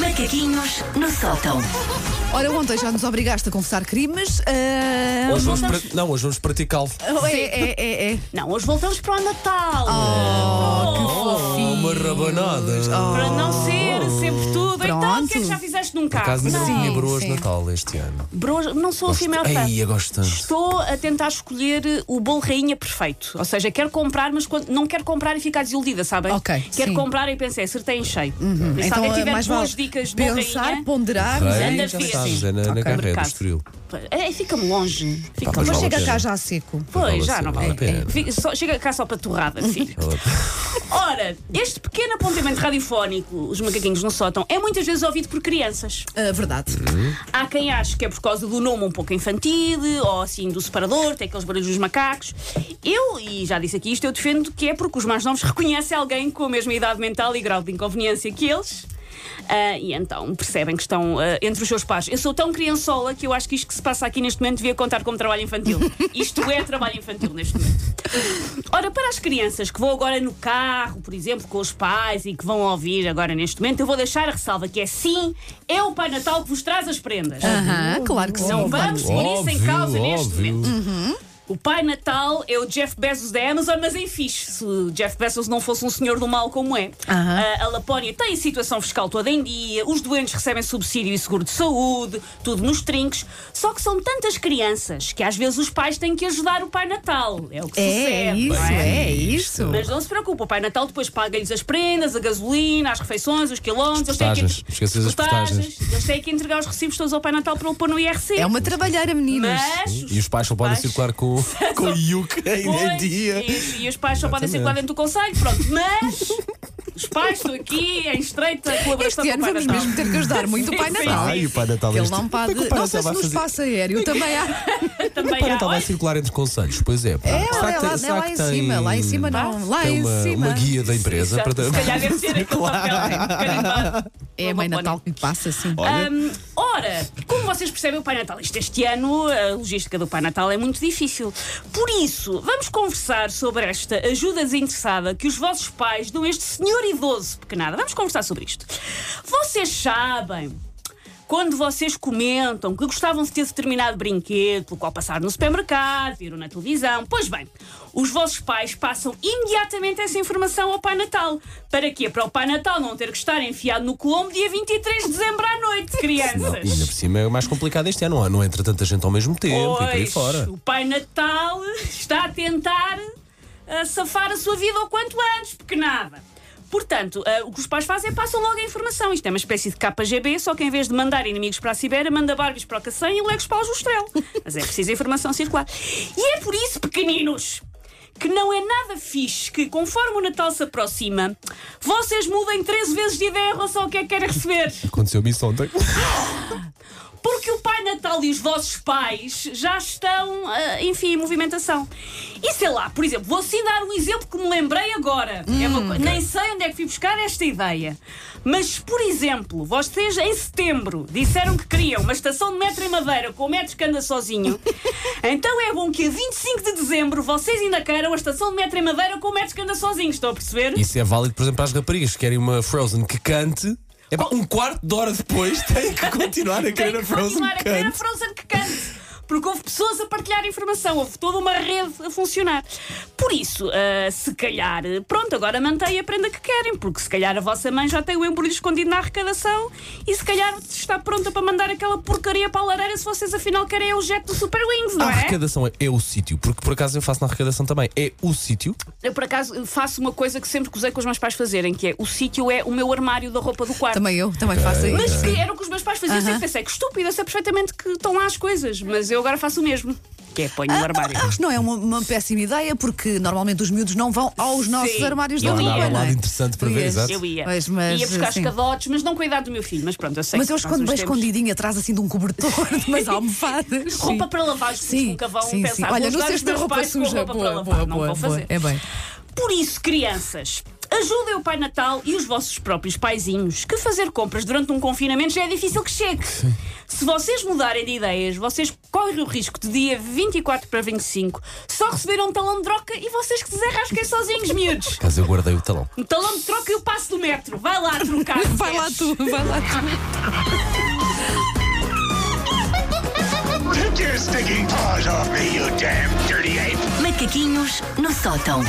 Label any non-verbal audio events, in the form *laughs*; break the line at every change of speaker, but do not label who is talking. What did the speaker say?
Macaquinhos no sótão.
Ora, ontem já nos obrigaste a confessar crimes. ah,
Hoje vamos pra- Não, hoje vamos praticá-lo.
é, é, é, é.
Não, hoje voltamos para o Natal.
Oh,
Oh,
uma rabanada.
Ah,
Para não ser sempre tudo. Então, o que é que
Pronto.
já fizeste num carro?
Caso
não,
não tinha
Sim,
broas de
sim. é
Natal este ano.
bro- não sou assim a maior fã.
Ai, eu gosto tanto.
Estou a tentar escolher eh, o bolo rainha perfeito. Ou seja, quero comprar, mas quando- não quero comprar e ficar desiludida, sabem?
Ok,
Quero
sim.
comprar e pensei, acertei em cheio. Por isso, se
Então,
alguém
é
tiver
mais
boas
vale
dicas de né? bolo
pensar,
rainha,
ponderar,
Bem,
Andas
já
fixe.
sabes, é na, na
Ok.
carreira do
Mercado.
Estoril.
é, fica-me longe. Fica
Tá, mas
mas
vale
chega
a
cá
pena.
já a seco.
Vale a
Pois, já
pena,
assim, não é?
vale a pena.
Fica só- Chega cá só para torrada, filho. Ora, este pequeno apontamento radiofónico, os macaquinhos no sótão, é muitas vezes ouvido por crianças.
Ah, verdade.
Uhum.
Há quem ache que é por causa do nome um pouco infantil, ou assim do separador, tem aqueles barulhos dos macacos. Eu, e já disse aqui isto, eu defendo que é porque os mais novos reconhecem alguém com a mesma idade mental e grau de inconveniência que eles. Ah, e então percebem que estão ah, entre os seus pais. Eu sou tão criançola que eu acho que isto que se passa aqui neste momento devia contar como trabalho infantil. Isto é trabalho infantil neste momento. Ora, para as crianças que vão agora no carro, por exemplo, com os pais e que vão ouvir agora neste momento, eu vou deixar a ressalva que é sim, é o Pai Natal que vos traz as prendas.
Aham, claro que sim.
Não vamos pôr isso em
Ah, Óbvio,
causa neste
óbvio.
momento. O Pai Natal é o Jeff Bezos da Amazon, mas em fixe. Se o Jeff Bezos não fosse um senhor do mal como é.
Aham.
Ah, A, Lapónia tem a situação fiscal toda em dia, os doentes recebem subsídio e seguro de saúde, tudo nos trinques. Só que são tantas crianças que às vezes os pais têm que ajudar o Pai Natal. É o que
É
sucede.
isso,
não é?
é isso.
Mas não se preocupa, o Pai Natal depois paga-lhes as prendas, a gasolina, as refeições, os quilómetros. eles têm que
Portagens. Esqueces as
Portagens.
portagens.
Eles têm que entregar os recibos todos ao Pai Natal para ele pôr no IRC.
É uma trabalheira, meninas.
Mas os
E os pais só podem
pais-
circular
*laughs*
com, com o UK em
Pois,
dia.
E, e os pais só podem
Exatamente.
circular dentro do conselho, pronto. Mas os pais estão aqui é em estreita colaboração
Este
com o Pai
ano vamos
Natal.
mesmo ter que ajudar muito o
Sim,
Pai
sim,
Natal.
sim.
Ai, o Pai Natal
Ele
este-
não pá
Como é que
de.
o Pai
Não
Natal
sei se
vai
no
fazer-
espaço aéreo também
*laughs*
há.
Também
Para
há.
estava a
Olha,
circular entre conselhos, pois é. pá.
É,
Será
olha
que tem-
lá,
será
lá
que
em
tem-
cima, lá em cima não. Lá
tem
em
uma,
cima.
uma guia da empresa
exato,
para.
Se
*laughs*
calhar deve ser aquele papel. carimbado.
É a
Uma
mãe
boa
Natal que lhe passa, sim.
Hum, ora, como vocês percebem, o Pai Natal este, este ano, a logística do Pai Natal é muito difícil. Por isso, vamos conversar sobre esta ajuda desinteressada que os vossos pais dão a este senhor idoso pequenada. Vamos conversar sobre isto. Vocês sabem. Quando vocês comentam que gostavam de ter determinado brinquedo, pelo qual passaram no supermercado, viram na televisão, pois bem, os vossos pais passam imediatamente essa informação ao Pai Natal. Para quê? Para o Pai Natal não ter que estar enfiado no Colombo dia 23 de dezembro à noite,
Não, ainda por
crianças.
cima é mais complicado este ano, não, há- não entra tanta gente ao mesmo tempo e por aí
Pois,
fora.
o Pai Natal está a tentar ah, safar a sua vida o quanto antes, pequenada. Portanto, ah, o que os pais fazem é passam logo a informação. Isto é uma espécie de KGB, só que em vez de mandar inimigos para a Sibéria, manda Barbies para o Cacém e Legos para o Justrel. Mas é preciso informação circular. E é por isso, pequeninos, que não é nada fixe que, conforme o Natal se aproxima, vocês mudem 13 vezes de ideia em relação ao que é que querem receber.
Aconteceu-me isso ontem.
Porque o Pai Natal e os vossos pais já estão, ah, enfim, em movimentação. E sei lá, por exemplo, vou sim dar um exemplo que me lembrei agora. É uma co- Nem sei onde é que fui buscar esta ideia. Mas, por exemplo, vocês em setembro disseram que queriam uma estação de metro em madeira com o metro que anda sozinho. então é bom que a 25 de dezembro vocês ainda queiram a estação de metro em madeira com o metro que anda sozinho. Estão a perceber?
*laughs* Isso é válido, por exemplo, para as raparigas que querem uma Frozen que cante. É pá, um quarto de hora depois tem
*laughs*
que continuar a
Tem
querer
que
a Frozen
continuar a
que
querer a
cante.
Frozen que cante. Porque houve pessoas a partilhar informação, houve toda uma rede a funcionar. Por isso, ah, se calhar, pronto, agora mantém a prenda que querem, porque se calhar a vossa mãe já tem o embrulho escondido na arrecadação e se calhar está pronta para mandar aquela porcaria para a lareira se vocês afinal querem é o jet do Super Wings,
A
não é?
arrecadação é, é o sítio, porque por acaso eu faço na arrecadação também. É o sítio.
Eu, por acaso, faço uma coisa que sempre usei com os meus pais fazerem, que é o sítio é o meu armário da roupa do quarto.
Também eu, também faço isso.
Mas que era o que os meus pais faziam. Eu
Aham.
sempre pensei que estúpido, eu sei perfeitamente que estão lá as coisas, mas eu agora faço o mesmo. Que é ponho no armário.
Acho que não é uma, uma péssima ideia, porque normalmente os miúdos não vão aos nossos
Sim.
armários
Eu
da
ia.
rua.
Não há
não
nada
é?
interessante para
Tu
ver,
ias.
exato.
Eu ia.
Pois, mas,
ia buscar
assim.
os cadotes, mas não com a idade do meu filho. Mas pronto, eu sei.
Mas
que
eu
nós
escondo
nos
bem
temos-
escondidinho atrás assim de um cobertor, de
*laughs*
umas almofadas.
Roupa
Sim.
para lavar, os
Sim,
filhos nunca vão
sim,
pensar.
sim. Olha,
vou
não
ajudar
sei
os
se tem
meus
roupa
pais com
suja.
roupa para
Boa, é
lavar.
boa,
não
boa,
vou fazer.
é bem.
Por isso, crianças, Ajudem o Pai Natal e os vossos próprios paizinhos, que fazer compras durante um confinamento já é difícil que chegue. Se vocês mudarem de ideias, vocês correm o risco de dia 24 para 25 só receberam um talão de troca e vocês que se desarrasquem sozinhos, miúdos.
Caso eu guardei o talão.
Um talão de troca e o passo do metro. Vai lá trocar.
Vai lá
Teres.
tu,
*laughs*
vai lá tu.
Take your stinking paws off me, you damn dirty ape!
Macaquinhos no sótão.